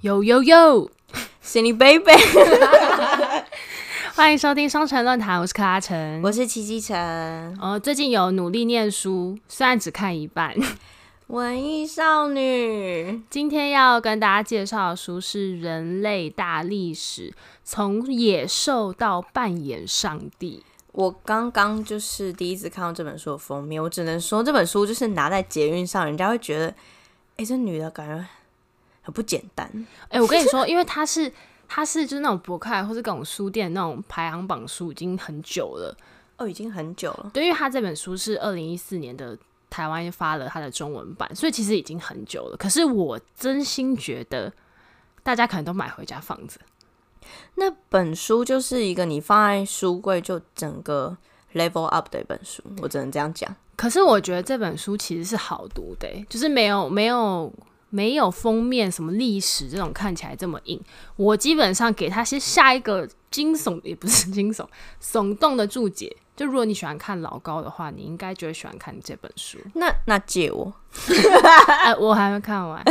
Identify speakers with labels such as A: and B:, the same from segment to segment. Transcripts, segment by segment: A: 有有有，
B: 是你 baby，
A: 欢迎收听双城论坛，我是克拉晨。
B: 我是戚继晨，
A: 呃，最近有努力念书，虽然只看一半。
B: 文艺少女。
A: 今天要跟大家介绍的书是《人类大历史：从野兽到扮演上帝》。
B: 我刚刚就是第一次看到这本书的封面，我只能说这本书就是拿在捷运上，人家会觉得，哎、这女的感觉很不简单。
A: 哎、我跟你说，因为它是 它是就是那种博客来或是各种书店那种排行榜书已经很久了，
B: 哦，已经很久了，
A: 对，因为他这本书是二零一四年的台湾发了他的中文版，所以其实已经很久了。可是我真心觉得，大家可能都买回家放着。
B: 那本书就是一个你放在书柜就整个 level up 的一本书，我只能这样讲。
A: 可是我觉得这本书其实是好读的欸、就是没有没有没有封面什么历史这种看起来这么硬。我基本上给它先下一个惊悚，也不是惊悚，耸动的注解。就如果你喜欢看老高的话，你应该就会喜欢看这本书。
B: 那那借我，
A: 哎，我还没看 完。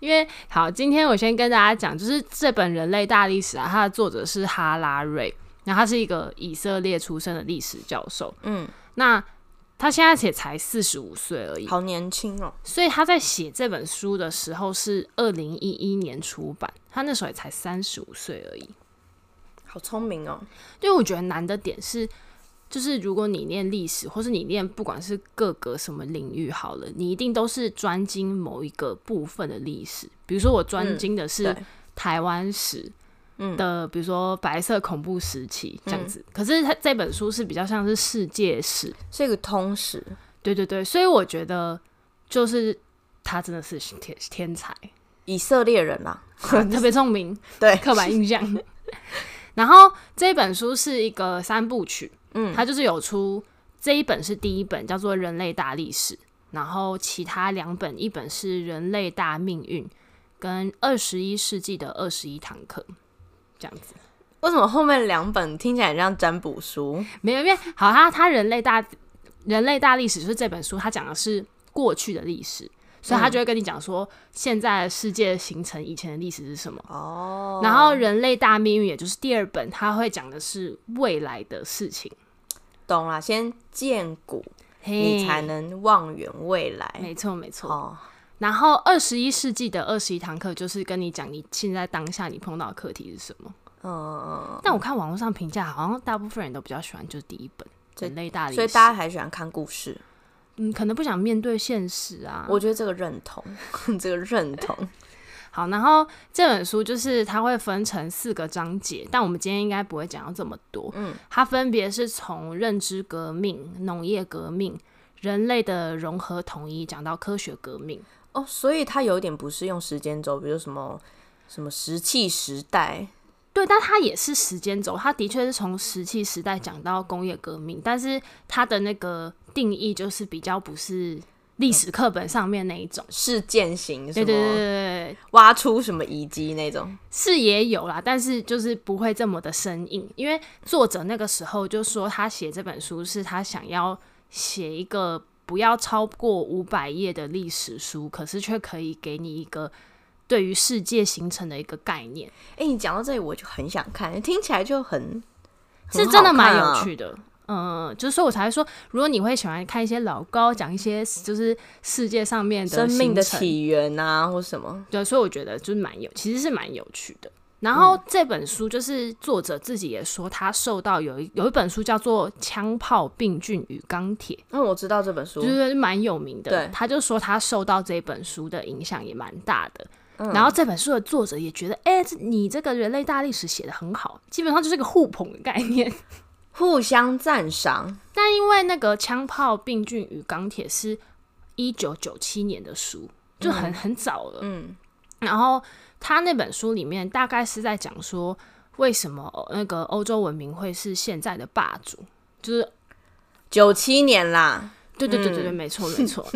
A: 因为好，今天我先跟大家讲，就是这本《人类大历史》啊，它的作者是哈拉瑞，然后他是一个以色列出生的历史教授。
B: 嗯，
A: 那他现在也才四十五岁而已，
B: 好年轻哦。
A: 所以他在写这本书的时候是二零一一年出版，他那时候也才三十五岁而已。
B: 好聪明哦！
A: 因为我觉得难的点是，就是如果你念历史，或是你念不管是各个什么领域好了，你一定都是专精某一个部分的历史。比如说我专精的是
B: 嗯对
A: 台湾史
B: 嗯
A: 的，比如说白色恐怖时期这样子。可是他这本书是比较像是世界史，
B: 是一个通识，
A: 对对对，所以我觉得就是他真的是天天才，
B: 以色列人啊啦、
A: 特别聪明。
B: 对，
A: 刻板印象。 然后这本书是一个三部曲，
B: 嗯，
A: 它就是有出这一本是第一本，叫做《人类大历史》，然后其他两本，一本是《人类大命运》跟《二十一世纪的二十一堂课》这样子。
B: 为什么后面两本听起来很像占卜书？
A: 没有，因为好，它它《人类大人类大历史》就是这本书，它讲的是过去的历史，所以它就会跟你讲说现在的世界形成以前的历史是什么。
B: 哦，
A: 然后《人类大命运》也就是第二本，它会讲的是未来的事情，
B: 懂啦，先见骨，
A: 你
B: 你才能望远未来。
A: 没错没错。
B: 哦，
A: 然后二十一世纪的二十一堂课就是跟你讲你现在当下你碰到的课题是什么。
B: 嗯，
A: 但我看网络上评价，好像大部分人都比较喜欢就是第一本《
B: 对
A: 人类大历史
B: 所以》，大家还喜欢看故事，
A: 嗯，可能不想面对现实啊。
B: 我觉得这个认同， 这个认同。
A: 好，然后这本书就是它会分成四个章节，但我们今天应该不会讲到这么多。
B: 嗯，
A: 它分别是从认知革命、农业革命、人类的融合统一，讲到科学革命。
B: 哦，所以它有点不是用时间轴，比如什么什么石器时代，
A: 对，但它也是时间轴，它的确是从石器时代讲到工业革命，但是它的那个定义就是比较不是历史课本上面那一种。
B: 事件型，
A: 对
B: 什
A: 对对对
B: 么
A: 对，对
B: 挖出什么遗迹那种。
A: 是也有啦，但是就是不会这么的生硬，因为作者那个时候就说他写这本书是他想要写一个不要超过五百页的历史书，可是却可以给你一个对于世界形成的一个概念，
B: 哎，你讲到这里，我就很想看，听起来就很
A: 是真的蛮有。
B: 很好看啊
A: 趣的。嗯，就是所以我才会说，如果你会喜欢看一些老高讲一些就是世界上面的
B: 生命的
A: 形成
B: 起源啊，或什么，
A: 对，所以我觉得就是蛮有，其实是蛮有趣的。然后这本书就是作者自己也说，他受到有一有一本书叫做《枪炮、病菌与钢铁
B: 那、我知道这本》，书
A: 就，是蛮有名的。
B: 对
A: 他就说他受到这本书的影响也蛮大的。然后这本书的作者也觉得，哎、这你这个人类大历史写的很好，基本上就是个互捧的概念。
B: 互相赞赏。
A: 但因为那个《枪炮、病菌与钢铁》是一九九七年的书，就很、很早了。
B: 嗯，
A: 然后他那本书里面大概是在讲说，为什么呃那个欧洲文明会是现在的霸主，就是
B: 九七年啦，
A: 对对对对对，没错没错。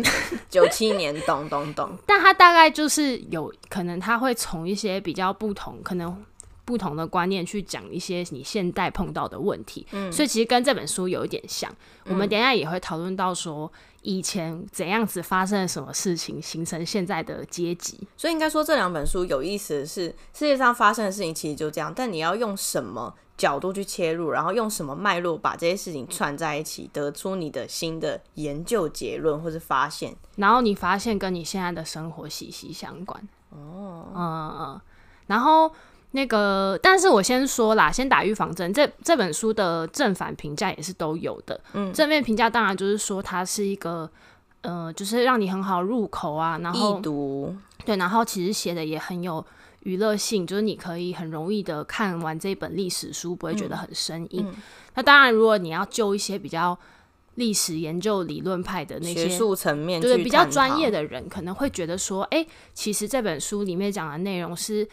B: 九七年，懂懂懂。
A: 但他大概就是有可能他会从一些比较不同，可能不同的观念去讲一些你现代碰到的问题，所以其实跟这本书有一点像。我们等一下也会讨论到说，以前怎样子发生了什么事情，形成现在的阶级。
B: 所以应该说这两本书有意思的是，世界上发生的事情其实就这样，但你要用什么角度去切入，然后用什么脉络把这些事情串在一起，得出你的新的研究结论或是发现。
A: 然后你发现跟你现在的生活息息相关。哦，嗯嗯，然后那个，但是我先说啦，先打预防针。这这本书的正反评价也是都有的。嗯，正面评价当然就是说它是一个，呃，就是让你很好入口啊，然后
B: 易读，
A: 对，然后其实写的也很有娱乐性，就是你可以很容易的看完这本历史书，不会
B: 嗯
A: 觉得很生硬。那当然，如果你要就一些比较历史研究理论派的那些
B: 学术层面
A: 对
B: 去
A: 比较
B: 探
A: 专
B: 讨
A: 业的人可能会觉得说，哎、其实这本书里面讲的内容是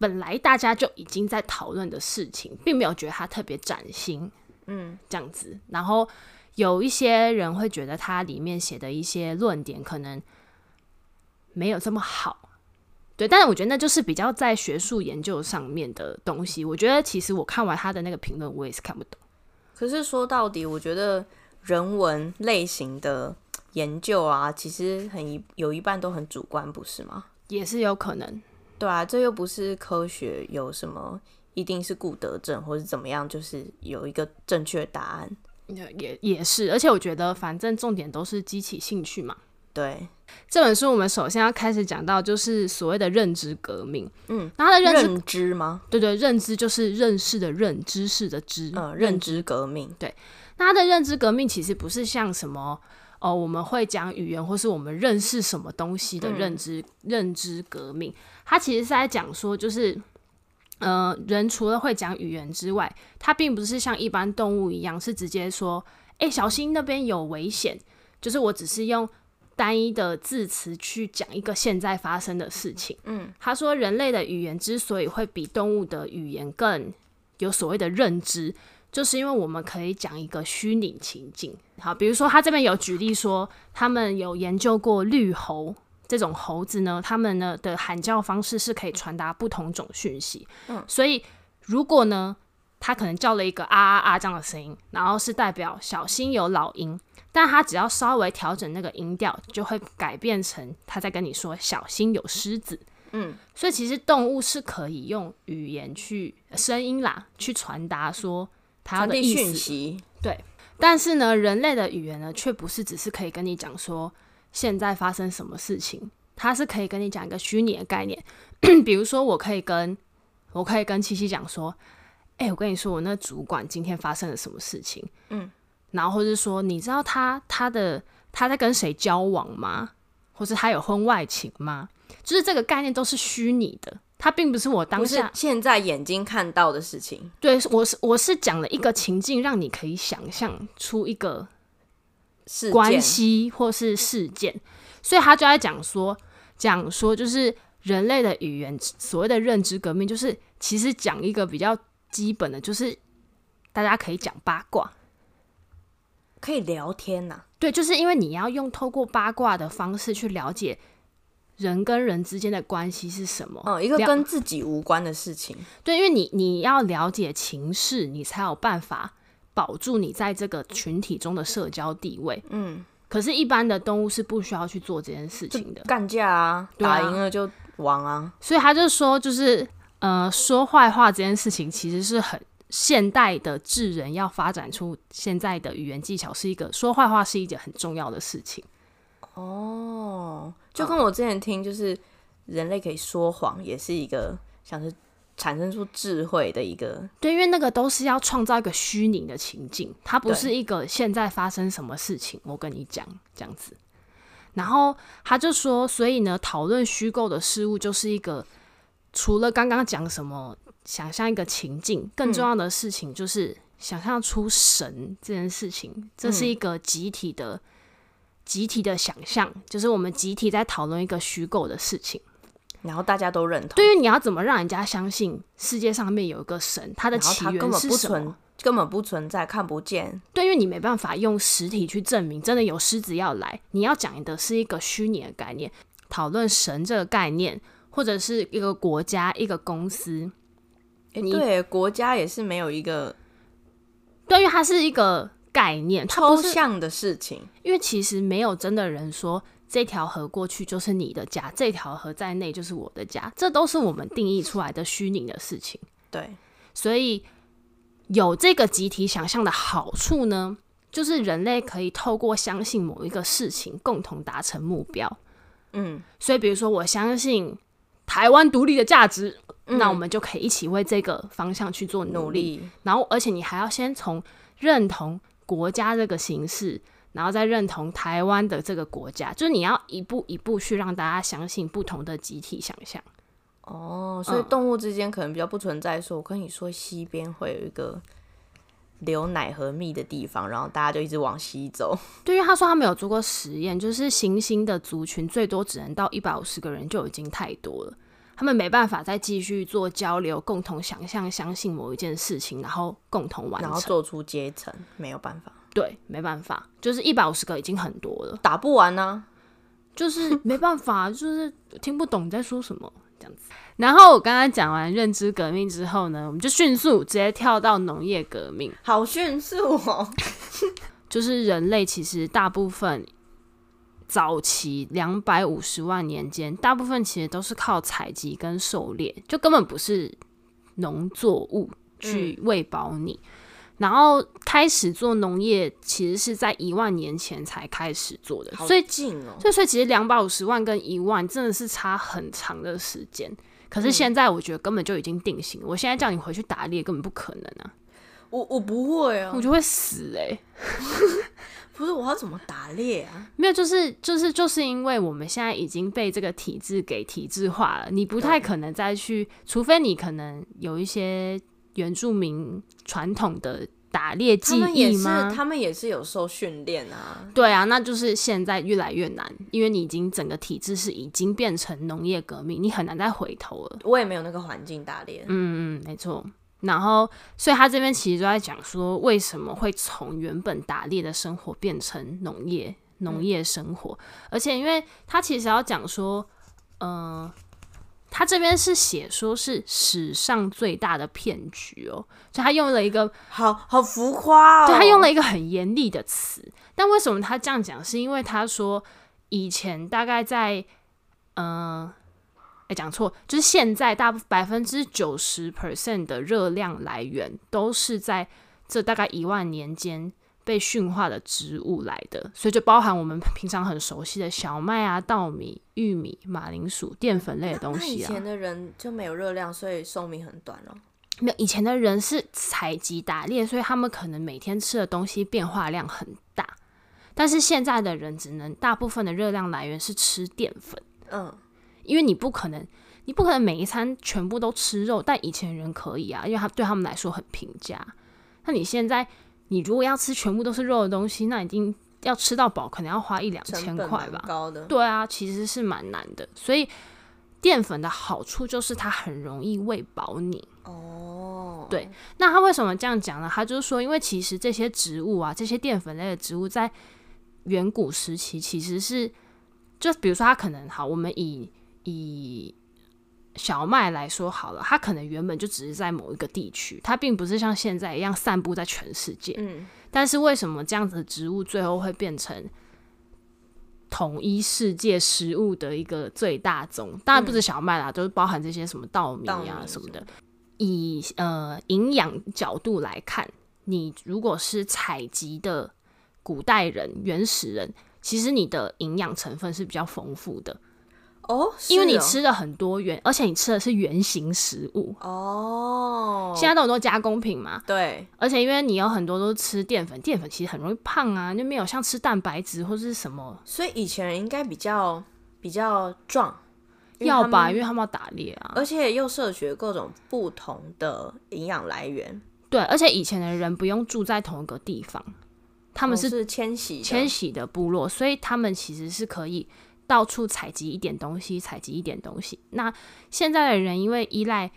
A: 本来大家就已经在讨论的事情，并没有觉得它特别崭新，嗯，这样子。然后有一些人会觉得它里面写的一些论点可能没有这么好。对，但是我觉得那就是比较在学术研究上面的东西。我觉得其实我看完他的那个评论，我也是看不懂。
B: 可是说到底，我觉得人文类型的研究啊，其实很一有一半都很主观，不是吗？
A: 也是有可能，
B: 对啊，这又不是科学有什么一定是固德症或是怎么样，就是有一个正确答案。
A: 呃也也是，而且我觉得反正重点都是激起兴趣嘛。
B: 对，
A: 这本书我们首先要开始讲到，就是所谓的认知革命。嗯，那它的认知，
B: 认知吗？
A: 对对，认知就是认识的认，知识的知。
B: 嗯，认知革命。
A: 那它的认知革命其实不是像什么哦，我们会讲语言，或是我们认识什么东西的认知、认知革命，它其实是在讲说，就是呃，人除了会讲语言之外，它并不是像一般动物一样是直接说，哎、小心那边有危险，就是我只是用。单一的字词去讲一个现在发生的事情。嗯，他说人类的语言之所以会比动物的语言更有所谓的认知，就是因为我们可以讲一个虚拟情境。好，比如说他这边有举例说，他们有研究过绿猴这种猴子呢，它们呢的喊叫方式是可以传达不同种讯息。嗯，所以如果呢，它可能叫了一个啊啊啊这样的声音，然后是代表小心有老鹰。但它只要稍微调整那个音调，就会改变成它在跟你说“小心有狮子”。嗯，所以其实动物是可以用语言去呃声音啦，去传达说它要
B: 传
A: 的
B: 递
A: 意
B: 讯
A: 思。
B: 息，
A: 但是呢，人类的语言呢，却不是只是可以跟你讲说现在发生什么事情，它是可以跟你讲一个虚拟的概念。 比如说，我可以跟我可以跟七七讲说，哎、我跟你说，我那主管今天发生了什么事情，嗯，然后或是说，你知道他他的他在跟谁交往吗？或是他有婚外情吗？就是这个概念都是虚拟的，它并不是我当
B: 不是
A: 下
B: 现在眼睛看到的事情。
A: 对我是我是讲了一个情境，让你可以想象出一个
B: 事
A: 关
B: 件
A: 系或是事件，所以他就在讲说，讲说就是人类的语言所谓的认知革命，就是其实讲一个比较基本的，就是大家可以讲八卦，
B: 可以聊天呐、
A: 对，就是因为你要用透过八卦的方式去了解人跟人之间的关系是什么，
B: 嗯，一个
A: 了
B: 跟自己无关的事情。
A: 对，因为你你要了解情势，你才有办法保住你在这个群体中的社交地位，嗯。可是，一般的动物是不需要去做这件事情的。
B: 干架啊，
A: 对啊
B: 打赢了就亡啊，
A: 所以他就说，就是呃，说坏话这件事情其实是很现代的智人要发展出现在的语言技巧，是一个说坏话是一件很重要的事情。
B: 哦
A: 嗯
B: 就跟我之前听，就是人类可以说谎，也是一个像是产生出智慧的一个。
A: 对，因为那个都是要创造一个虚拟的情境，它不
B: 对
A: 是一个现在发生什么事情，我跟你讲这样子。然后他就说，所以呢，讨论虚构的事物就是一个除了刚刚讲什么想象一个情境，更
B: 嗯
A: 重要的事情就是想象出神这件事情，这
B: 嗯
A: 是一个集体的、集体的想象，就是我们集体在讨论一个虚构的事情。
B: 然后大家都认同，
A: 对于你要怎么让人家相信世界上面有一个神，它的
B: 然后
A: 起
B: 它根
A: 源
B: 本
A: 是
B: 不
A: 什么
B: 存？，根本不存在，看不见。
A: 对，因为你没办法用实体去证明真的有狮子要来，你要讲的是一个虚拟的概念，讨论神这个概念，或者是一个国家、一个公司，你
B: 对，国家也是没有一个
A: 对，因为它是一个概念，它
B: 抽
A: 不是
B: 象的事情。
A: 因为其实没有真的人说这条河过去就是你的家，这条河在内就是我的家，这都是我们定义出来的虚拟的事情。
B: 对，
A: 所以有这个集体想象的好处呢，就是人类可以透过相信某一个事情，共同达成目标。
B: 嗯，
A: 所以，比如说，我相信台湾独立的价值，
B: 嗯
A: 那我们就嗯可以一起为这个方向去做努
B: 努
A: 力。
B: 力，
A: 然后，而且你还要先从认同国家这个形式，然后再认同台湾的这个国家，就是你要一步一步去让大家相信不同的集体想象。
B: 哦，
A: 嗯
B: 所以动物之间可能比较不存在说，我跟你说西边会有一个流奶和蜜的地方，然后大家就一直往西走。
A: 对，因为他说他们有做过实验，就是行星的族群最多只能到一百五十个人就已经太多了，他们没办法再继续做交流，共同想象、相信某一件事情，然后共同完
B: 然后
A: 成。
B: 做出阶层，没有办法，
A: 对，没办法，就是一百五十个已经很多 了，
B: 打不完啊呢、
A: 就是没办法，就是听不懂你在说什么这样子。然后我刚刚讲完认知革命之后呢，我们就迅速直接跳到农业革命。
B: 好迅速哦。
A: 就是人类其实大部分早期两百五十万年间，大部分其实都是靠采集跟狩猎，就根本不是农作物去喂饱你。然后开始做农业，其实是在一万年前才开始做的，
B: 好
A: 所以
B: 近哦，
A: 所以所以其实两百五十万跟一万真的是差很长的时间。可
B: 嗯
A: 是现在我觉得根本就已经定型，我现在叫你回去打猎根本不可能啊，
B: 我我不会啊
A: 我，就会死欸诶、
B: 不是我要怎么打猎啊？
A: 没有，就是就是就是因为我们现在已经被这个体制给体制化了，你不太可能再去，除非你可能有一些原住民传统的打猎
B: 他
A: 技
B: 们也
A: 艺
B: 是，
A: 吗？
B: 他们也是有受训练啊。
A: 对啊，那就是现在越来越难，因为你已经整个体制是已经变成农业革命，你很难再回头了。
B: 我也没有那个环境打猎，
A: 嗯嗯，没错。然后，所以他这边其实就在讲说，为什么会从原本打猎的生活变成农业农业生活，而且因为他其实要讲说，嗯、他这边是写说是史上最大的骗局哦，所以他用了一个
B: 好好浮夸哦。
A: 对他用了一个很严厉的词，但为什么他这样讲？是因为他说以前大概在，嗯、呃，哎，讲错，就是现在大百分之九十 percent 的热量来源都是在这大概一万年间被驯化的植物来的，所以就包含我们平常很熟悉的小麦啊、稻米、玉米、马铃薯、淀粉类的东
B: 那以
A: 西啊。
B: 前的人就没有热量，所以寿命很短哦了。
A: 没有以前的人是采集打猎，所以他们可能每天吃的东西变化量很大。但是现在的人只能大部分的热量来源是吃淀粉，
B: 嗯，
A: 因为你不可能，你不可能每一餐全部都吃肉。但以前人可以啊，因为他对他们来说很平价。那你现在，你如果要吃全部都是肉的东西，那一定要吃到饱，可能要花一两
B: 成
A: 千
B: 本
A: 块
B: 蛮
A: 吧。
B: 高的。
A: 对啊，其实是蛮难的。所以淀粉的好处就是它很容易喂饱你。
B: 哦，
A: 对那他为什么这样讲呢？他就是说，因为其实这些植物啊，这些淀粉类的植物在远古时期其实是，就比如说它可能好，我们以以小麦来说好了，它可能原本就只是在某一个地区，它并不是像现在一样散布在全世界。
B: 嗯，
A: 但是为什么这样子的植物最后会变成统一世界食物的一个最大宗？当然不止小麦啦，就是包含这些什么稻米
B: 嗯稻米
A: 啊什么
B: 什
A: 的
B: 么。
A: 以呃营养角度来看，你如果是采集的古代人、原始人，其实你的营养成分是比较丰富的，
B: 哦，
A: 因为
B: 是
A: 你
B: 哦
A: 吃了很多原，而且你吃的是原形食物。
B: 哦，
A: 现在都很多加工品嘛，
B: 对，
A: 而且因为你有很多都吃淀粉，淀粉其实很容易胖啊，就没有像吃蛋白质或是什么
B: 所以以前人应该比较比较壮，因为
A: 要
B: 他
A: 吧，
B: 们
A: 因为他们要打猎啊。
B: 而且又摄取各种不同的营养来源，
A: 对，而且以前的人不用住在同一个地方，他
B: 他
A: 们是
B: 是迁徙哦的，
A: 迁徙的部落，所以他们其实是可以到处采集一点东西，采集一点东西。那现在的人因为依赖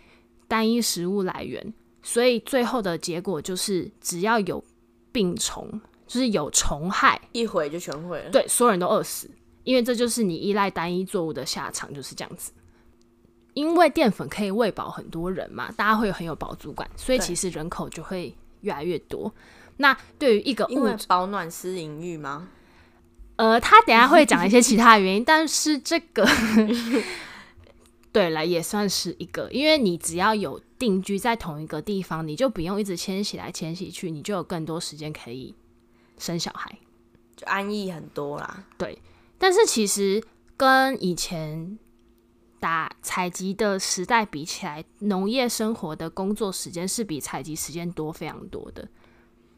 A: 单一食物来源，所以最后的结果就是只要有病虫，就是有虫害，
B: 一毁就全毁了。
A: 对，所有人都饿死，因为这就是你依赖单一作物的下场，就是这样子。因为淀粉可以喂饱很多人嘛，大家会很有饱足感，所以
B: 对
A: 其实人口就会越来越多。那对于一个
B: 因
A: 物
B: 为
A: 种，
B: 保暖思淫欲吗？
A: 呃，他等一下会讲一些其他的原因， 但是这个对了也算是一个，因为你只要有定居在同一个地方，你就不用一直迁徙来迁徙去，你就有更多时间可以生小孩。
B: 就安逸很多啦。
A: 但是其实跟以前打采集的时代比起来，农业生活的工作时间是比采集时间多非常多的。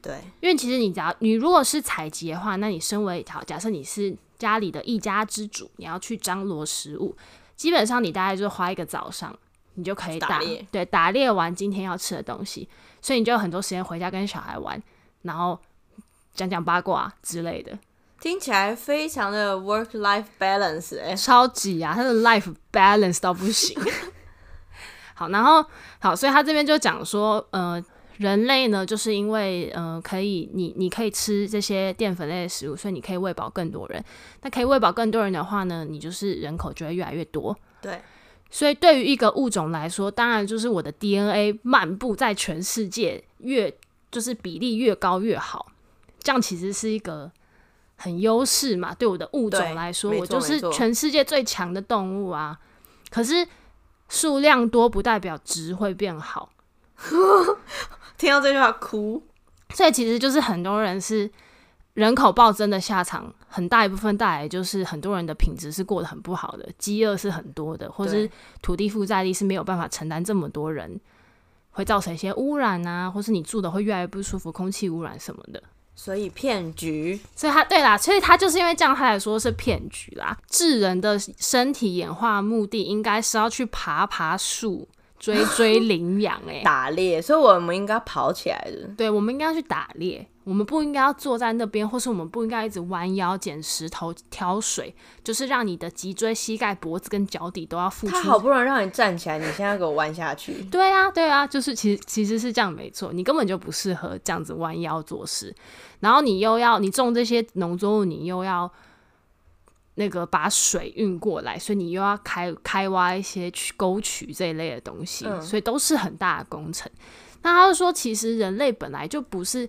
B: 对，
A: 因为其实你只要你如果是采集的话，那你身为好，假设你是家里的一家之主，你要去张罗食物，基本上你大概就花一个早上，你就可以
B: 打
A: 打
B: 猎
A: 对打猎完今天要吃的东西，所以你就有很多时间回家跟小孩玩，然后讲讲八卦之类的。
B: 听起来非常的 work life balance 哎、
A: 超级啊，他的 life balance 到不行。 好，然后好，所以他这边就讲说，呃，人类呢，就是因为呃，可以你你可以吃这些淀粉类的食物，所以你可以喂饱更多人。那可以喂饱更多人的话呢，你就是人口就会越来越多。
B: 对，
A: 所以对于一个物种来说，当然就是我的 DNA 漫步在全世界越就是比例越高越好，这样其实是一个很优势嘛。对我的物种
B: 对
A: 来说，
B: 没
A: 我
B: 错
A: 就是
B: 没错
A: 全世界最强的动物啊。可是数量多不代表值会变好，
B: 听到这句话哭。
A: 所以其实就是很多人是人口暴增的下场，很大一部分带来就是很多人的品质是过得很不好的，饥饿是很多的，或是
B: 对
A: 土地负债力是没有办法承担这么多人，会造成一些污染啊，或是你住的会越来越不舒服，空气污染什么的。
B: 所以骗局
A: 所以他对啦，所以他就是因为这样，他来说是骗局啦。智人的身体演化目的应该是要去爬爬树、追追羚羊、欸，
B: 打猎，所以我们应该跑起来的。
A: 对，我们应该要去打猎，我们不应该要坐在那边，或是我们不应该一直弯腰捡石头、挑水，就是让你的脊椎、膝盖、脖子跟脚底都要付
B: 他好
A: 出。
B: 不容易让你站起来，你现在给我弯下去。
A: 对啊，对啊，就是其实其实是这样没错，你根本就不适合这样子弯腰做事，然后你又要你种这些农作物，你又要那个把水运过来，所以你又要开开挖一些渠沟渠这一类的东西，
B: 嗯
A: 所以都是很大的工程。那他就说，其实人类本来就不是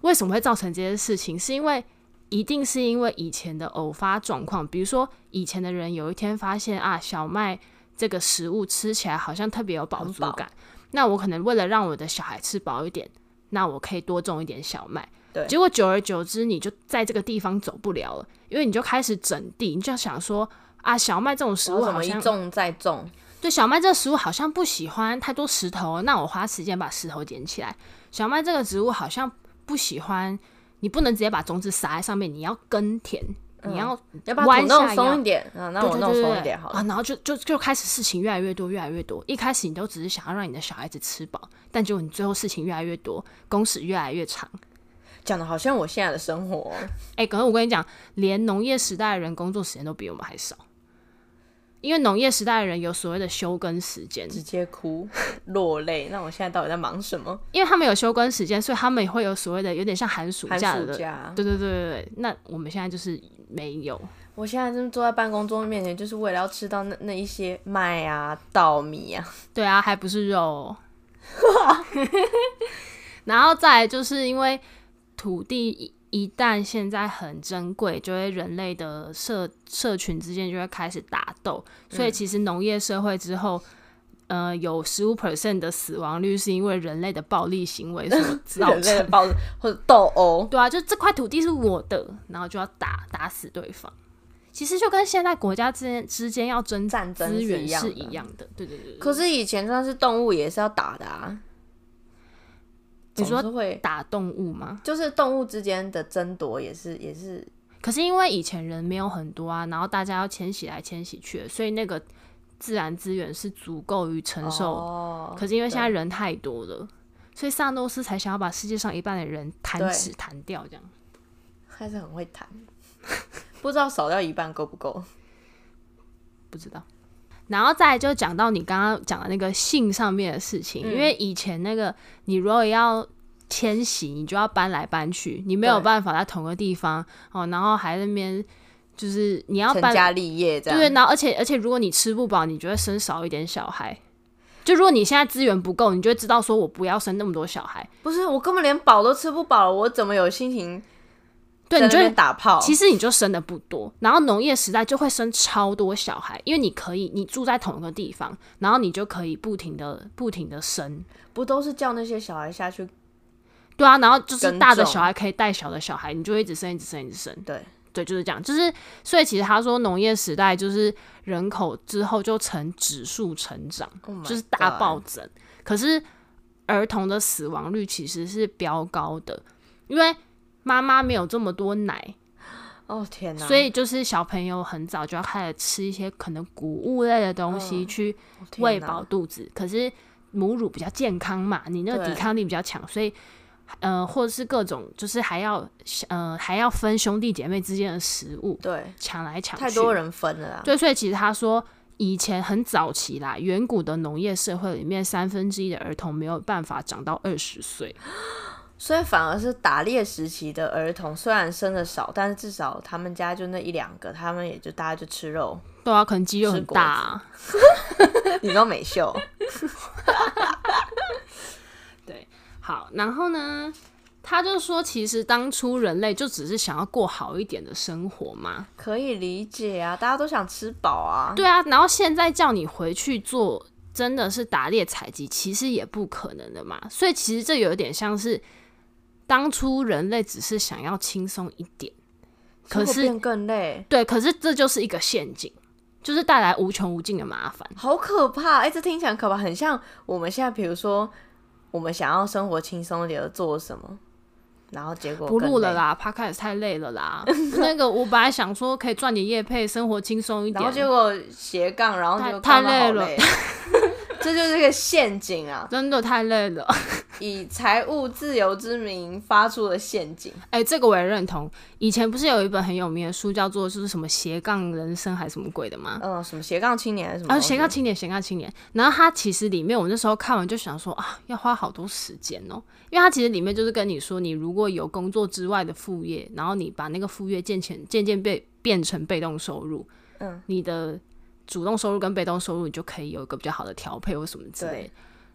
A: 为什么会造成这些事情，是因为一定是因为以前的偶发状况，比如说以前的人有一天发现啊，小麦这个食物吃起来好像特别有饱足
B: 很饱
A: 感，那我可能为了让我的小孩吃饱一点，那我可以多种一点小麦。
B: 对
A: 结果久而久之，你就在这个地方走不了了，因为你就开始整地，你就想说啊，小麦这种食
B: 我
A: 物
B: 怎
A: 好
B: 么一
A: 像
B: 种再种？
A: 对小麦这个食物好像不喜欢太多石头，那我花时间把石头捡起来。小麦这个植物好像不喜欢，你不能直接把种子撒在上面，你要耕田，你要
B: 要把
A: 弯
B: 土弄
A: 下腰
B: 松一点啊，嗯那
A: 对
B: 我
A: 对
B: 弄
A: 对
B: 松
A: 对
B: 一点好了
A: 啊，。然后就就就开始事情越来越多，越来越多。一开始你都只是想要让你的小孩子吃饱，但结果你最后事情越来越多，工时越来越长。
B: 讲的好像我现在的生活哦，
A: 哎、可是我跟你讲，连农业时代的人工作时间都比我们还少，因为农业时代的人有所谓的休耕时间，
B: 直接哭落泪。那我现在到底在忙什么？
A: 因为他们有休耕时间，所以他们也会有所谓的有点像寒暑
B: 寒
A: 假
B: 暑
A: 的。
B: 假，
A: 对对对对对，那我们现在就是没有，
B: 我现在正坐在办公桌面前，就是为了要吃到那那一些麦啊、稻米啊。
A: 对啊，还不是肉哦、 然后再来就是因为土地一一旦现在很珍贵，就会人类的社社群之间就会开始打斗，所
B: 嗯
A: 以其实农业社会之后。呃，有十五 percent 的死亡率是因为人类的暴力行为所造
B: 人类的
A: 成。
B: 包子或者斗殴，
A: 对啊，就这块土地是我的，然后就要打打死对方。其实就跟现在国家之间之间要争
B: 战争
A: 资
B: 是
A: 源
B: 一样
A: 是
B: 的
A: 一样的。对对对对，
B: 可是以前算是动物也是要打的啊。
A: 你说
B: 总是会，
A: 打动物吗？
B: 就是动物之间的争夺也是也是
A: 可是因为以前人没有很多啊，然后大家要迁徙来迁徙去的，所以那个自然资源是足够于承受。
B: 哦，
A: 可是因为现在人太多了，所以萨诺斯才想要把世界上一半的人弹
B: 对
A: 指弹掉，这样
B: 还是很会谈， 不知道少掉一半够不够？
A: 不知道。然后再来就讲到你刚刚讲的那个性上面的事情，
B: 嗯
A: 因为以前那个你如果要迁徙，你就要搬来搬去，你没有
B: 对
A: 办法在同个地方哦，然后还在那边就是你要
B: 成
A: 把
B: 家立业这样。
A: 对，然后而且而且，如果你吃不饱，你就会生少一点小孩。就如果你现在资源不够，你就会知道说我不要生那么多小孩。
B: 不是我根本连饱都吃不饱，我怎么有心情
A: 对，
B: 在
A: 你
B: 那
A: 就
B: 边打炮？
A: 其实你就生的不多，然后农业时代就会生超多小孩，因为你可以你住在同一个地方，然后你就可以不停的不停的生。
B: 不都是叫那些小孩下去？
A: 对啊，然后就是
B: 耕
A: 大的
B: 种
A: 小孩可以带小的小孩，你就会一直生，一直生，一直生。
B: 对，
A: 对，就是这样。就是所以其实他说农业时代就是人口之后就呈指数成长。
B: Oh my
A: 就是大
B: God
A: 暴增。可是儿童的死亡率其实是飙高的，因为妈妈没有这么多奶，
B: 哦天哪！
A: 所以就是小朋友很早就要开始吃一些可能谷物类的东西
B: 嗯
A: 去
B: 哦天
A: 喂
B: 哪
A: 饱肚子。可是母乳比较健康嘛，你那个抵
B: 对
A: 抗力比较强，所以。呃，或者是各种，就是还要呃还要分兄弟姐妹之间的食物，
B: 对，
A: 抢来抢去，
B: 太多人分了啦。啊
A: 对，所以其实他说，以前很早期啦，远古的农业社会里面，三分之一的儿童没有办法长到二十岁。
B: 所以反而是打猎时期的儿童，虽然生的少，但是至少他们家就那一两个，他们也就大家就吃肉。
A: 对啊，可能肌肉
B: 吃
A: 很
B: 果
A: 大、啊。
B: 你说美 秀，
A: 对，好，然后呢，他就说，其实当初人类就只是想要过好一点的生活嘛。
B: 可以理解啊，大家都想吃饱啊。
A: 对啊，然后现在叫你回去做，真的是打猎采集，其实也不可能的嘛。所以其实这有点像是。当初人类只是想要轻松一点，可
B: 结果
A: 是
B: 变更累，
A: 对，可是这就是一个陷阱，就是带来无穷无尽的麻烦。
B: 好可怕！哎、这听起来很可怕，很像我们现在，比如说我们想要生活轻松一点，而做什么，然后结果
A: 不
B: 更
A: 录了
B: 累，
A: 啦 p 开始太累了啦。 那个我本来想说可以赚点业配，生活轻松一
B: 然后
A: 点，
B: 结果斜杠，然后
A: 太
B: 就
A: 太
B: 看到好
A: 累了
B: 累啊这就是个陷阱啊！
A: 真的太累了。
B: 以财务自由之名发出的陷阱，
A: 哎、这个我也认同。以前不是有一本很有名的书叫做就是什么斜杠人生还是什么鬼的吗？
B: 嗯、什么斜杠青年还是什么
A: 啊，
B: 东西？
A: 斜杠青年，斜杠青年。然后它其实里面，我那时候看完就想说啊，要花好多时间哦，因为它其实里面就是跟你说，你如果有工作之外的副业，然后你把那个副业渐渐渐渐被变成被动收入，
B: 嗯，
A: 你的主动收入跟被动收入，你就可以有一个比较好的调配或什么之类
B: 对
A: 的。，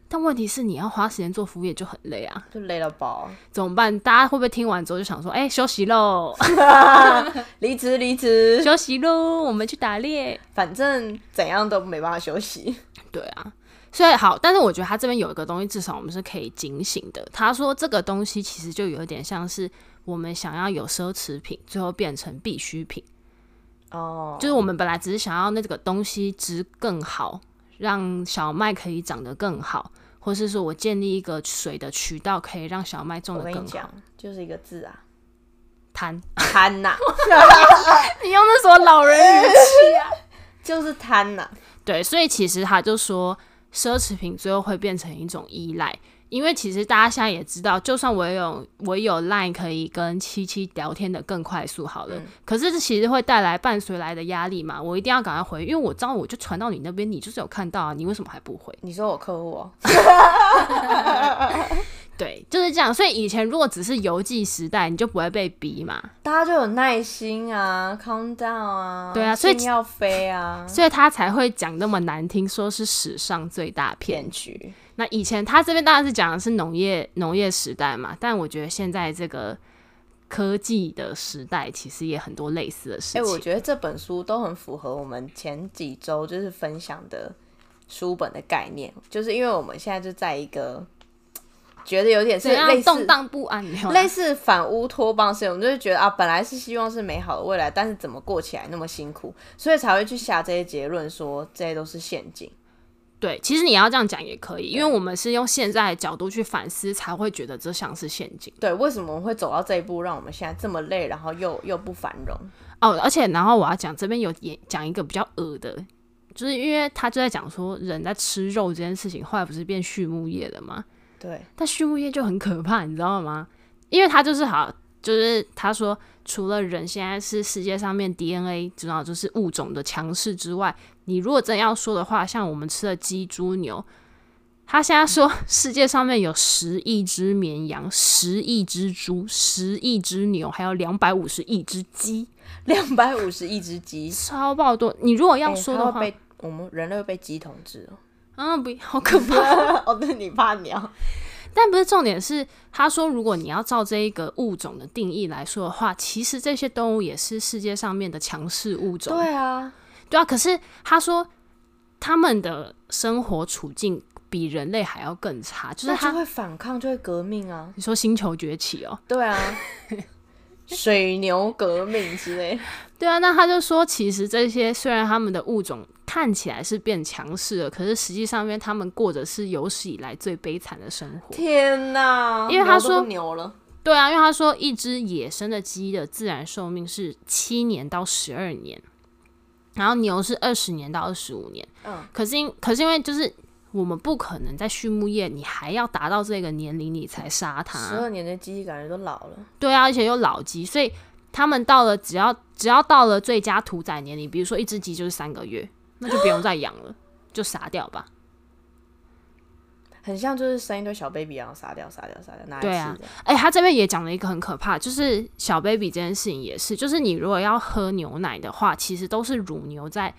A: 但问题是，你要花时间做副业就很累啊，
B: 就累到爆，
A: 怎么办？大家会不会听完之后就想说，哎、休息喽，
B: 离职离职，
A: 休息喽，我们去打猎。
B: 反正怎样都没办法休息。
A: 对啊，所以好，但是我觉得他这边有一个东西，至少我们是可以警醒的。他说这个东西其实就有一点像是我们想要有奢侈品，最后变成必需品，
B: 哦，
A: 就是我们本来只是想要那个东西值更好，让小麦可以长得更好。或是说我建立一个水的渠道，可以让小麦种
B: 我
A: 得
B: 跟你
A: 更
B: 讲
A: 好。，
B: 就是一个字啊，
A: 贪，
B: 贪呐、
A: 你用那什么老人语气啊？
B: 就是贪呐、
A: 对，所以其实他就说，奢侈品最后会变成一种依赖，因为其实大家现在也知道，就算我有我有 Line 可以跟七七聊天的更快速好了，
B: 嗯
A: 可是这其实会带来伴随来的压力嘛，我一定要赶快回，因为我知道我就传到你那边，你就是有看到啊，你为什么还不回？
B: 你说我客户哦，
A: 对，就是这样。所以以前如果只是邮寄时代，你就不会被逼嘛。
B: 大家就有耐心啊，calm down 啊，
A: 对啊所以
B: 心要飞啊，
A: 所以他才会讲那么难听，说是史上最大骗
B: 骗
A: 局。
B: 局。
A: 那以前他这边当然是讲的是农业农业时代嘛，但我觉得现在这个科技的时代，其实也很多类似的事
B: 哎、我
A: 情。
B: 觉得这本书都很符合我们前几周就是分享的书本的概念，就是因为我们现在就在一个觉得有点是
A: 怎样
B: 类
A: 动
B: 似
A: 荡不安？没有啊
B: 类似反乌托邦式，我们就会觉得啊，本来是希望是美好的未来，但是怎么过起来那么辛苦，所以才会去下这些结论说这些都是陷阱。
A: 对，其实你要这样讲也可以，因为我们是用现在的角度去反思，才会觉得这像是陷阱
B: 对，为什么我们会走到这一步，让我们现在这么累，然后又又不繁荣？
A: 哦。而且，然后我要讲这边有也讲一个比较恶的，就是因为他就在讲说人在吃肉这件事情，后来不是变畜牧业了吗？
B: 对，
A: 但畜牧业就很可怕，你知道吗？因为它就是好，就是他说，除了人现在是世界上面 DNA 主要就是物种的强势之外，你如果真要说的话，像我们吃的鸡、猪、牛，他现在说世界上面有十亿只绵羊、十亿只猪、十亿只牛，还有两百五十亿只鸡，
B: 两百五十亿只鸡。
A: 超爆多。你如果要
B: 哎
A: 说
B: 它
A: 的
B: 会
A: 话，
B: 被我们人类会被鸡统治哦。
A: 嗯，不，好可怕。
B: 哦，对，你怕鸟。
A: 但不是重点是，他说如果你要照这一个物种的定义来说的话，其实这些动物也是世界上面的强势物种。
B: 对啊，
A: 对啊，可是他说他们的生活处境比人类还要更差，就是
B: 那就
A: 他
B: 会反抗，就会革命啊。
A: 你说星球崛起哦，
B: 对啊， 水牛革命之类。
A: 对啊，那他就说其实这些虽然他们的物种看起来是变强势了，可是实际上面他们过着是有史以来最悲惨的生活。
B: 天哪！
A: 因为他
B: 牛都不
A: 说
B: 牛了，
A: 对啊，因为他说一只野生的鸡的自然寿命是七年到十二年，然后牛是二十年到二十五年。
B: 嗯，
A: 可是因可是因为就是我们不可能在畜牧业，你还要达到这个年龄你才杀
B: 十
A: 它。
B: 二年的鸡感觉都老了。
A: 对啊，而且又老鸡，所以他们到了只要只要到了最佳屠宰年龄，比如说一只鸡就是三个月，那就不用再养了，就杀掉吧。
B: 很像就是生一堆小 baby，然后杀掉、杀掉、杀掉，拿来
A: 对啊
B: 吃的。
A: 哎、他这边也讲了一个很可怕，就是小 baby 这件事情也是，就是你如果要喝牛奶的话，其实都是乳牛在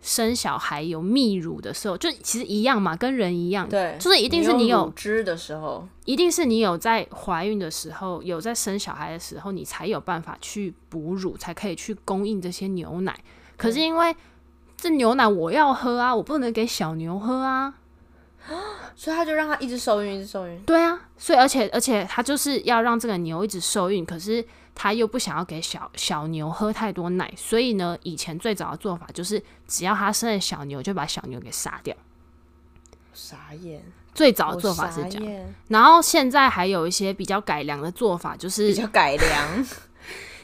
A: 生小孩有泌乳的时候，就其实一样嘛，跟人一样，
B: 对，
A: 就是一定是你
B: 有
A: 有
B: 乳汁的时候，
A: 一定是你有在怀孕的时候，有在生小孩的时候，你才有办法去哺乳，才可以去供应这些牛奶。可是因为这牛奶我要喝啊，我不能给小牛喝啊，
B: 所以他就让他一直受孕，一直受孕。
A: 对啊，所以而且而且他就是要让这个牛一直受孕，可是他又不想要给小小牛喝太多奶，所以呢，以前最早的做法就是只要他生了小牛，就把小牛给杀掉。
B: 傻眼，
A: 最早的
B: 我
A: 做法是
B: 傻
A: 这样，
B: 眼
A: 然后现在还有一些比较改良的做法，就
B: 比
A: 是
B: 较改良。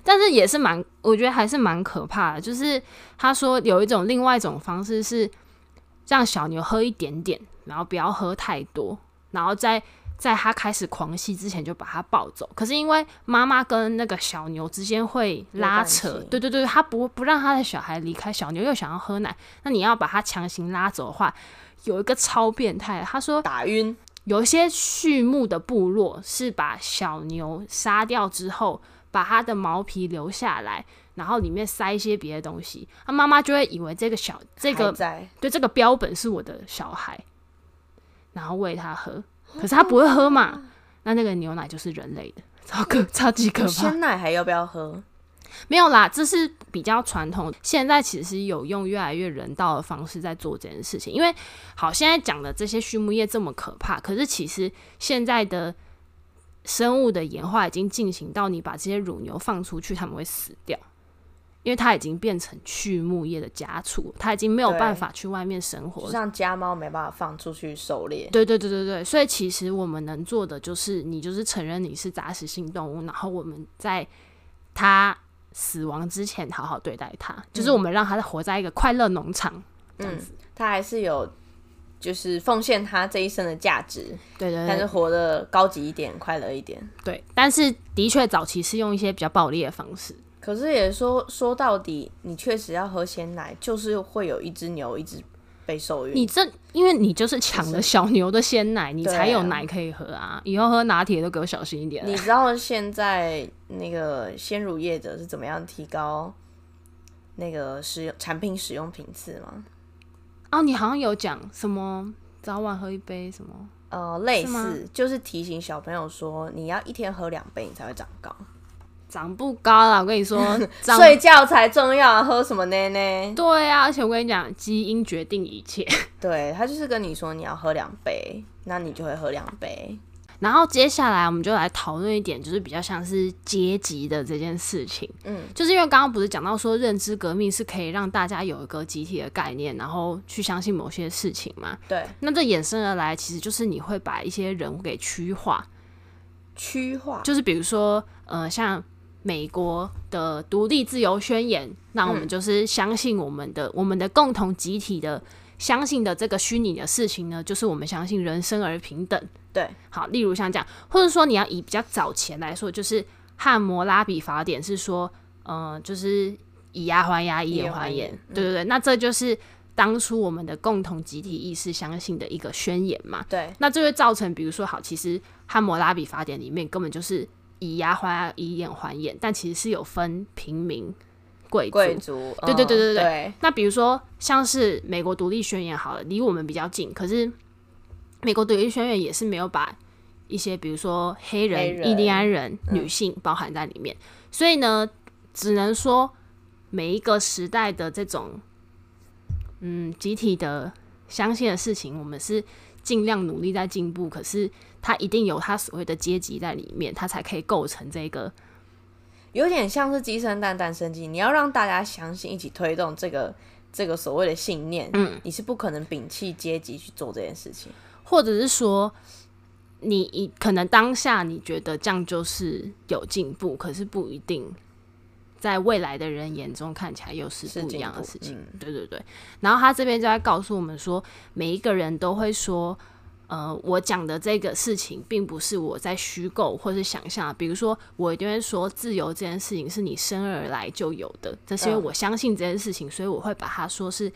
A: 但是也是蛮，我觉得还是蛮可怕的。就是他说有一种另外一种方式是让小牛喝一点点，然后不要喝太多，然后在在它开始狂吸之前就把它抱走。可是因为妈妈跟那个小牛之间会拉
B: 有
A: 扯
B: 感情，
A: 对对对，他不不让他的小孩离开，小牛又想要喝奶，那你要把它强行拉走的话，有一个超变态的，他说
B: 打晕，
A: 有一些畜牧的部落是把小牛杀掉之后，把它的毛皮留下来，然后里面塞一些别的东西，他妈妈就会以为这个小这
B: 还
A: 个
B: 在
A: 对这个标本是我的小孩，然后喂它喝，可是它不会喝嘛，那那个牛奶就是人类的，超可超级可怕。
B: 鲜奶还要不要喝？
A: 没有啦，这是比较传统，现在其实有用越来越人道的方式在做这件事情。因为好，现在讲的这些畜牧业这么可怕，可是其实现在的生物的演化已经进行到你把这些乳牛放出去，它们会死掉，因为它已经变成畜牧业的家畜，它已经没有
B: 对
A: 办法去外面生活
B: 就
A: 了。
B: 像家猫没办法放出去狩猎，
A: 对对对对对，所以其实我们能做的就是，你就是承认你是杂食性动物，然后我们在它死亡之前好好对待它，就是我们让它活在一个快乐农场。
B: 它还是有就是奉献它这一生的价值，
A: 对对
B: 但是
A: 对
B: 活得高级一点，快乐一点。
A: 对，但是的确早期是用一些比较暴力的方式，
B: 可是也说说到底，你确实要喝鲜奶，就是会有一只牛一直被受
A: 你
B: 孕。
A: 这因为你就是抢了小牛的鲜奶，你
B: 对啊
A: 才有奶可以喝啊！以后喝拿铁都给我小心一点。啊
B: 你知道现在那个鲜乳业者是怎么样提高那个使用产品使用频次吗？
A: 哦，你好像有讲什么早晚喝一杯什么？
B: 呃，类
A: 是吗
B: 似就是提醒小朋友说，你要一天喝两杯，你才会长高。
A: 长不高啦，我跟 你说，长
B: 睡觉才重要啊，喝什么奶奶？
A: 对啊，而且我跟你讲，基因决定一切。
B: 对他就是跟你说你要喝两杯，那你就会喝两杯。
A: 然后接下来我们就来讨论一点，就是比较像是阶级的这件事情。
B: 嗯，
A: 就是因为刚刚不是讲到说认知革命是可以让大家有一个集体的概念，然后去相信某些事情嘛。
B: 对，
A: 那这衍生而来，其实就是你会把一些人给区化，
B: 区化
A: 就是比如说，呃，像美国的独立自由宣言，那我们就是相信我们的、我们的共同集体的相信的这个虚拟的事情呢，就是我们相信人生而平等。
B: 对，
A: 好，例如像这样，或者说你要以比较早前来说，就是《汉谟拉比法典》是说，呃，就是以牙还牙，以
B: 以眼
A: 眼还
B: 还
A: 眼，嗯
B: 眼
A: 对对对，那这就是当初我们的共同集体意识相信的一个宣言嘛。
B: 对，
A: 那这会造成，比如说，好，其实《汉谟拉比法典》里面根本就是以牙还牙，以眼还眼，但其实是有分平民贵族。
B: 贵族，
A: 对对对对
B: 嗯
A: 对
B: 对，
A: 那比如说像是美国独立宣言好了，离我们比较近，可是美国独立宣言也是没有把一些比如说黑人、
B: 黑人嗯
A: 印第安人、女性包含在里面，所以呢，只能说每一个时代的这种嗯集体的相信的事情，我们是尽量努力在进步，可是它一定有它所谓的阶级在里面，它才可以构成这个
B: 有点像是鸡生蛋，蛋生鸡。你要让大家相信，一起推动这个这个所谓的信念。嗯，你是不可能摒弃阶级去做这件事情。
A: 或者是说，你一可能当下你觉得这样就是有进步，可是不一定在未来的人眼中看起来又是
B: 是
A: 不一
B: 进
A: 样的
B: 步
A: 事情。
B: 嗯
A: 对对对。然后他这边就在告诉我们说，每一个人都会说。呃，我讲的这个事情并不是我在虚构或是想象，比如说我一定会说自由这件事情是你生而来就有的，这是因为
B: 嗯
A: 我相信这件事情，所以我会把它说是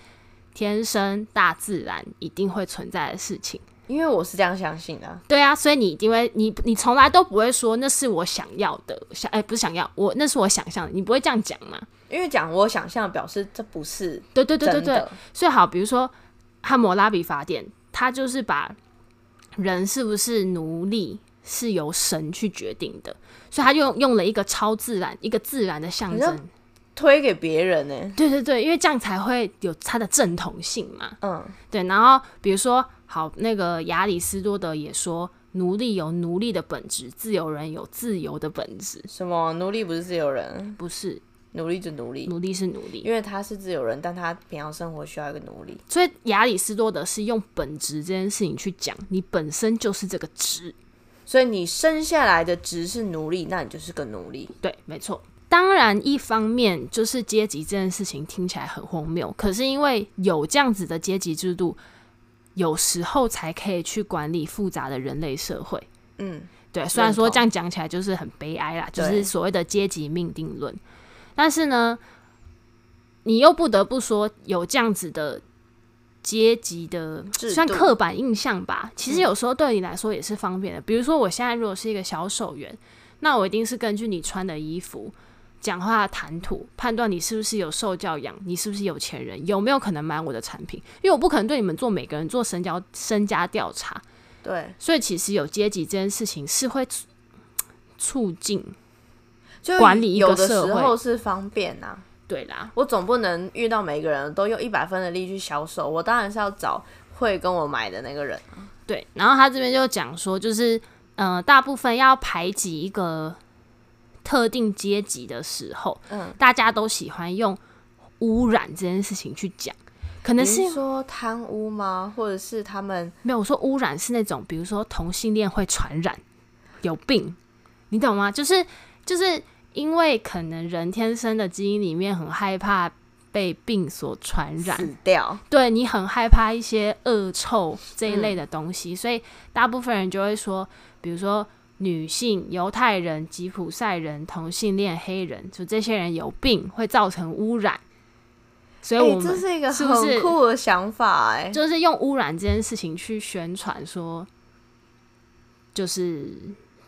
A: 天生大自然一定会存在的事情。
B: 因为我是这样相信的、啊，
A: 对啊，所以你因为你你从来都不会说那是我想要的，想哎、不是想要，我那是我想象的，你不会这样讲嘛？
B: 因为讲我想象，表示这不是
A: 对对对对
B: 真
A: 对
B: 的，。
A: 所以好，比如说《汉谟拉比法典》，它就是把人是不是奴隶是由神去决定的，所以他用用了一个超自然、一个自然的象
B: 好像
A: 征。
B: 推给别人呢、
A: 对对对，因为这样才会有它的正统性嘛。
B: 嗯，
A: 对，然后比如说，好，那个亚里士多德也说，奴隶有奴隶的本质，自由人有自由的本质，
B: 什么奴隶不是自由人，
A: 不是
B: 奴隶就奴隶，
A: 奴隶是奴隶。
B: 因为他是自由人，但他平常生活需要一个奴隶。
A: 所以亚里士多德是用本质这件事情去讲，你本身就是这个值。
B: 所以你生下来的值是奴隶，那你就是个奴隶。
A: 对，没错。当然，一方面就是阶级这件事情听起来很荒谬，可是因为有这样子的阶级制度，有时候才可以去管理复杂的人类社会。
B: 嗯，
A: 对，虽然说
B: 认同
A: 这样讲起来就是很悲哀啦，就
B: 对
A: 是所谓的阶级命定论，但是呢，你又不得不说有这样子的阶级的
B: 制
A: 算
B: 度嗯
A: 刻板印象吧。其实有时候对你来说也是方便的，比如说我现在如果是一个小手员，那我一定是根据你穿的衣服。讲话的谈吐，判断你是不是有受教养，你是不是有钱人，有没有可能买我的产品？因为我不可能对你们做每个人做身家身家调查，
B: 对。
A: 所以其实有阶级这件事情是会促促进，
B: 就
A: 管理一个
B: 有的
A: 社会
B: 时候是方便啊，
A: 对啦，
B: 我总不能遇到每一个人都用一百分的力去销售，我当然是要找会跟我买的那个人。
A: 对。然后他这边就讲说，就是呃，大部分要排挤一个特定阶级的时候，
B: 嗯，
A: 大家都喜欢用污染这件事情去讲，可能是
B: 你是说贪污吗？或者是他们
A: 没有我说污染是那种，比如说同性恋会传染有病，你懂吗？就是就是因为可能人天生的基因里面很害怕被病所传染，
B: 死掉？
A: 对你很害怕一些恶臭这一类的东西，所以大部分人就会说，比如说女性、犹太人、吉普赛人、同性恋、黑人，就这些人有病会造成污染，所以
B: 哎、
A: 我
B: 这
A: 们
B: 是一个
A: 是不是
B: 很酷的想法哎、
A: 就是用污染这件事情去宣传说，就是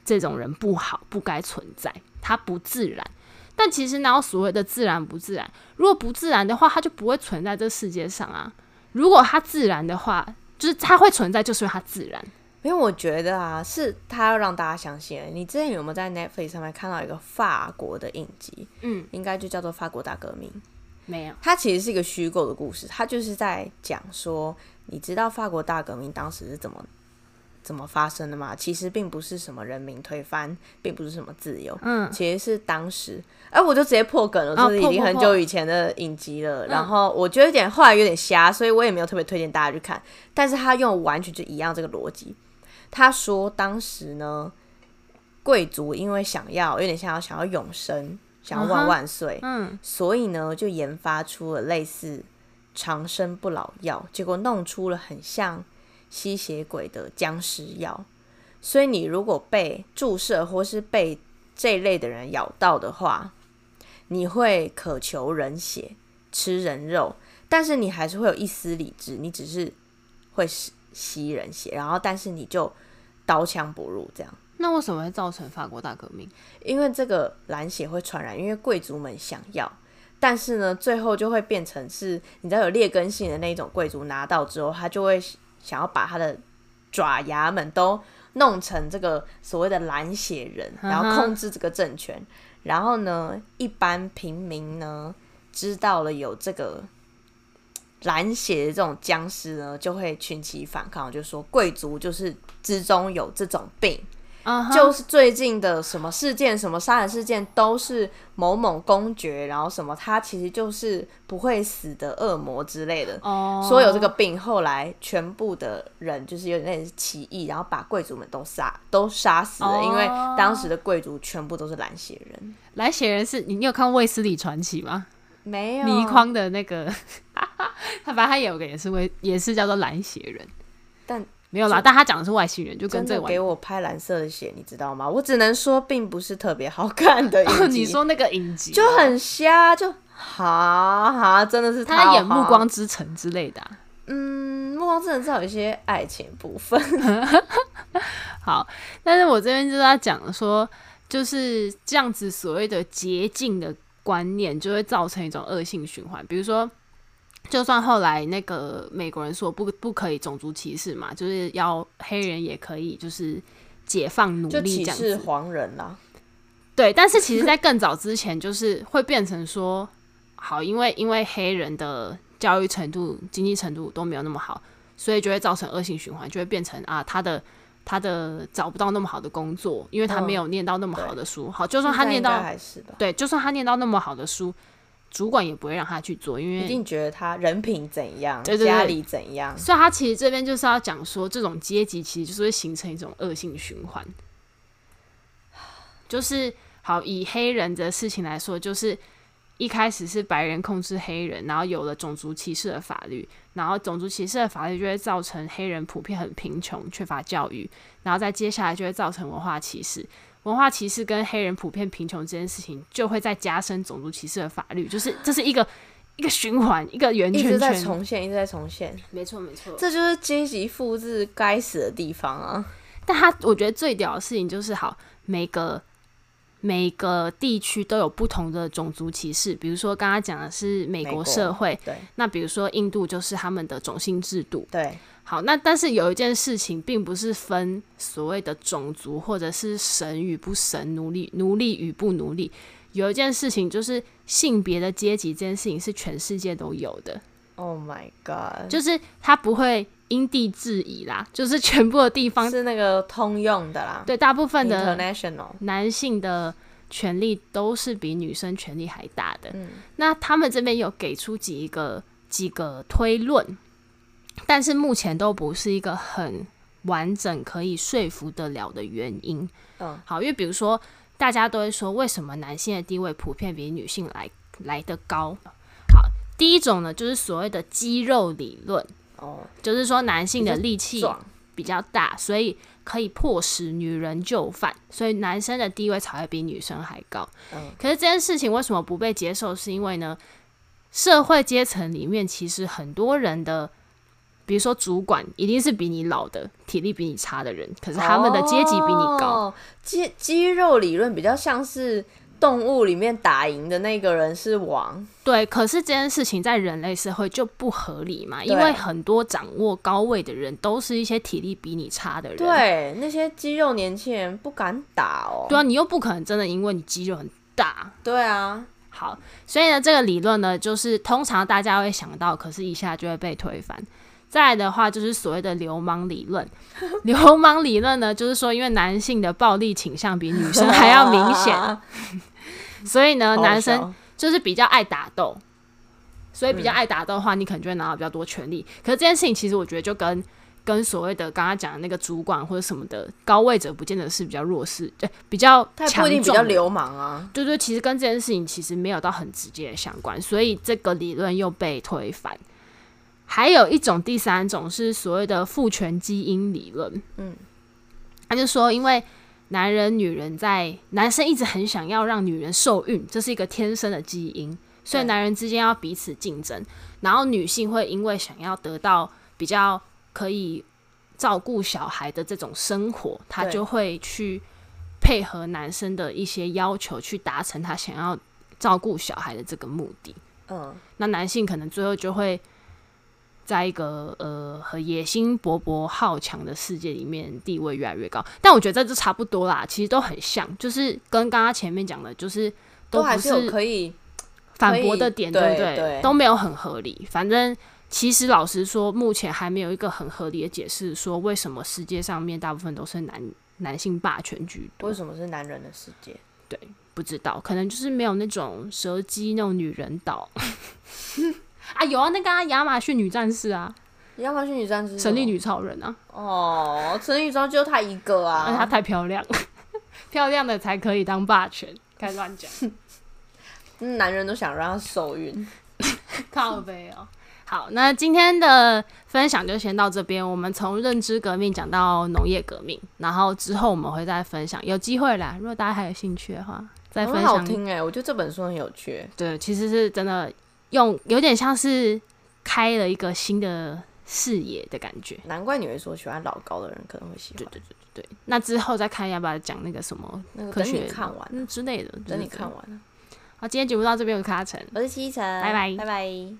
A: 这种人不好，不该存在，他不自然。但其实哪有所谓的自然不自然？如果不自然的话，它就不会存在这世界上啊。如果它自然的话，就是它会存在，就是因为它自然。
B: 因为我觉得啊，是他要让大家相信。你之前有没有在 Netflix 上面看到一个法国的影集？
A: 嗯，
B: 应该就叫做《法国大革命》。
A: 没有，
B: 它其实是一个虚构的故事，它就是在讲说，你知道法国大革命当时是怎么怎么发生的吗？其实并不是什么人民推翻，并不是什么自由，
A: 嗯，
B: 其实是当时，哎、我就直接破梗了，
A: 哦
B: 这是
A: 破
B: 已经
A: 破
B: 很
A: 破嗯
B: 久以前的影集了。然后我觉得有点后来有点瞎，所以我也没有特别推荐大家去看。但是他用完全就一样这个逻辑，他说当时呢，贵族因为想要有点像要想要永生，想要
A: 嗯
B: 万
A: 哼
B: 万岁，
A: 嗯，
B: 所以呢就研发出了类似长生不老药，结果弄出了很像吸血鬼的僵尸药。所以你如果被注射或是被这一类的人咬到的话，你会渴求人血、吃人肉，但是你还是会有一丝理智，你只是会吸吸人血，然后但是你就刀枪不入这样。
A: 那为什么会造成法国大革命？
B: 因为这个蓝血会传染，因为贵族们想要，但是呢，最后就会变成是你知道有劣根性的那一种贵族拿到之后，他就会想要把他的爪牙们都弄成这个所谓的蓝血人，
A: 嗯哼
B: 然后控制这个政权。然后呢，一般平民呢知道了有这个蓝血的这种僵尸呢，就会群起反抗，就说贵族就是之中有这种病。
A: 嗯哼
B: 就是最近的什么事件，什么杀人事件，都是某某公爵，然后什么他其实就是不会死的恶魔之类的。
A: 哦，
B: 说有这个病，后来全部的人就是有点类似起义，然后把贵族们都杀都杀死了
A: 哦
B: 因为当时的贵族全部都是蓝血人。
A: 来写人是你，你有看《卫斯理传奇》吗？
B: 没有
A: 倪匡的那个， 他反正他有个也是为也是叫做蓝血人，
B: 但
A: 没有啦，但他讲的是外星人，就跟
B: 真
A: 这
B: 的
A: 个完
B: 给我拍蓝色的血，你知道吗？我只能说，并不是特别好看 的影集，
A: 哦你说那个影集
B: 就很瞎，就哈哈，真的是
A: 他在演《
B: 好
A: 暮
B: 哈
A: 光之城》之类的啊、
B: 嗯，暮光之城至少有一些爱情部 分。
A: 好，但是我这边就是要讲说，就是这样子所谓的捷径的观念，就会造成一种恶性循环。比如说，就算后来那个美国人说不不可以种族歧视嘛，就是要黑人也可以，就是解放奴
B: 就
A: 隶
B: 歧
A: 这样
B: 视
A: 子。
B: 黄人啦、
A: 对，但是其实，在更早之前，就是会变成说，好，因为因为黑人的教育程度、经济程度都没有那么好，所以就会造成恶性循环，就会变成啊，他的他的找不到那么好的工作，因为他没有念到那么好的书。好，就算他
B: 嗯现在
A: 念
B: 应该
A: 到
B: 还是吧，
A: 对，就算他念到那么好的书，主管也不会让他去做，因
B: 一
A: 为
B: 定觉得他人品怎样，
A: 对对对
B: 家里怎样，
A: 所以他其实这边就是要讲说，这种阶级其实就是会形成一种恶性循环，就是好以黑人的事情来说，就是一开始是白人控制黑人，然后有了种族歧视的法律，然后种族歧视的法律就会造成黑人普遍很贫穷、缺乏教育，然后再接下来就会造成文化歧视。文化歧视跟黑人普遍贫穷这件事情，就会再加深种族歧视的法律，就是这是一个一个循环，一个圆
B: 一
A: 圈
B: 直在
A: 圈。
B: 重现，一直在重现，
A: 没错，没错。
B: 这就是阶级复制该死的地方啊！
A: 但他我觉得最屌的事情就是，好，每个每个地区都有不同的种族歧视。比如说，刚刚讲的是美
B: 美
A: 国
B: 国
A: 社会，
B: 对
A: 那比如说印度就是他们的种姓制度。
B: 对，
A: 好，那但是有一件事情，并不是分所谓的种族，或者是神与不神、奴隶奴隶与不奴隶。有一件事情就是性别的阶级这件事情是全世界都有的，
B: ，Oh my god，
A: 就是它不会因地制宜啦，就是全部的地方，
B: 是那个通用的啦，
A: 对大部分的
B: ，international，
A: 男性的权利都是比女生权利还大的。
B: 嗯
A: 那他们这边有给出几个几个推论，但是目前都不是一个很完整可以说服得了的原因。
B: 嗯，
A: 好，因为比如说大家都会说，为什么男性的地位普遍比女性来来得高？好，第一种呢，就是所谓的肌肉理论，
B: 哦，
A: 就是说男性的力气
B: 壮，
A: 比较大，所以可以迫使女人就范，所以男生的地位才会比女生还高。
B: 嗯
A: 可是这件事情为什么不被接受？是因为呢，社会阶层里面其实很多人的，比如说主管一定是比你老的，体力比你差的人，可是他们的阶级比你高。
B: 哦，肌肌肉理论比较像是动物里面打赢的那个人是王，
A: 对，可是这件事情在人类社会就不合理嘛，因
B: 对
A: 为很多掌握高位的人都是一些体力比你差的人。
B: 对，那些肌肉年轻人不敢打哦。
A: 对啊，你又不可能真的因为你肌肉很大，
B: 对啊，
A: 好，所以呢，这个理论呢，就是通常大家会想到，可是一下就会被推翻。再来的话，就是所谓的流氓理 论。流氓理论呢，就是说，因为男性的暴力倾向比女生还要明 显，
B: 好
A: 所以呢，
B: 好
A: 男生
B: 笑
A: 就是比较爱打斗。所以
B: 嗯
A: 比较爱打斗的话，你可能就会拿到比较多权利。可是这件事情，其实我觉得就跟跟所谓的刚刚讲的那个主管或者什么的高位者，不见得是比较弱势，对，比较
B: 他也
A: 强
B: 不一定比
A: 壮
B: 较
A: 的
B: 流氓啊。
A: 对对，其实跟这件事情其实没有到很直接的相关，所以这个理论又被推翻。还有一种第三种是所谓的父权基因理论，
B: 嗯，
A: 他就说，因为男人、女人在男生一直很想要让女人受孕，这是一个天生的基因，所以
B: 对
A: 男人之间要彼此竞争，然后女性会因为想要得到比较可以照顾小孩的这种生活，她
B: 对
A: 就会去配合男生的一些要求，去达成她想要照顾小孩的这个目的。
B: 嗯，
A: 那男性可能最后就会在一个呃和野心勃勃、好强的世界里面地位越来越高。但我觉得这就差不多啦，其实都很像，就是跟刚刚前面讲的，就是
B: 都
A: 都
B: 还
A: 不
B: 是有可以
A: 反驳的点，
B: 可以
A: 对不
B: 对对
A: 都没有很合理。反正其实老实说，目前还没有一个很合理的解释，说为什么世界上面大部分都是男男性霸权居多
B: 为。什么是男人的世界？
A: 不知道，可能就是没有那种蛇姬那种女人 岛啊，有啊，那个、啊、亚马逊女战士啊，
B: 亚马逊女战士是什
A: 神
B: 么
A: 力女超人啊，
B: 哦，神力女装就她一个
A: 但她
B: 啊，
A: 太漂亮， 漂亮的才可以当霸权，该乱讲，
B: 嗯男人都想让她受孕。
A: 靠背哦。好，那今天的分享就先到这边。我们从认知革命讲到农业革命，然后之后我们会再分享，有机会啦。如果大家还有兴趣的话，再分
B: 很好
A: 享
B: 听哎、我觉得这本书很有趣。
A: 对，其实是真的用有点像是开了一个新的视野的感觉。
B: 难怪你会说喜欢老高的人可能会喜欢。
A: 对，那之后再看要不要讲那个什么
B: 那个
A: 科
B: 等
A: 学
B: 你看完，
A: 嗯之类的，
B: 等你
A: 就是这
B: 看
A: 样。
B: 完。
A: 好，今天节目到这边，我是卡晨，
B: 我是七晨，
A: 拜拜
B: 拜拜。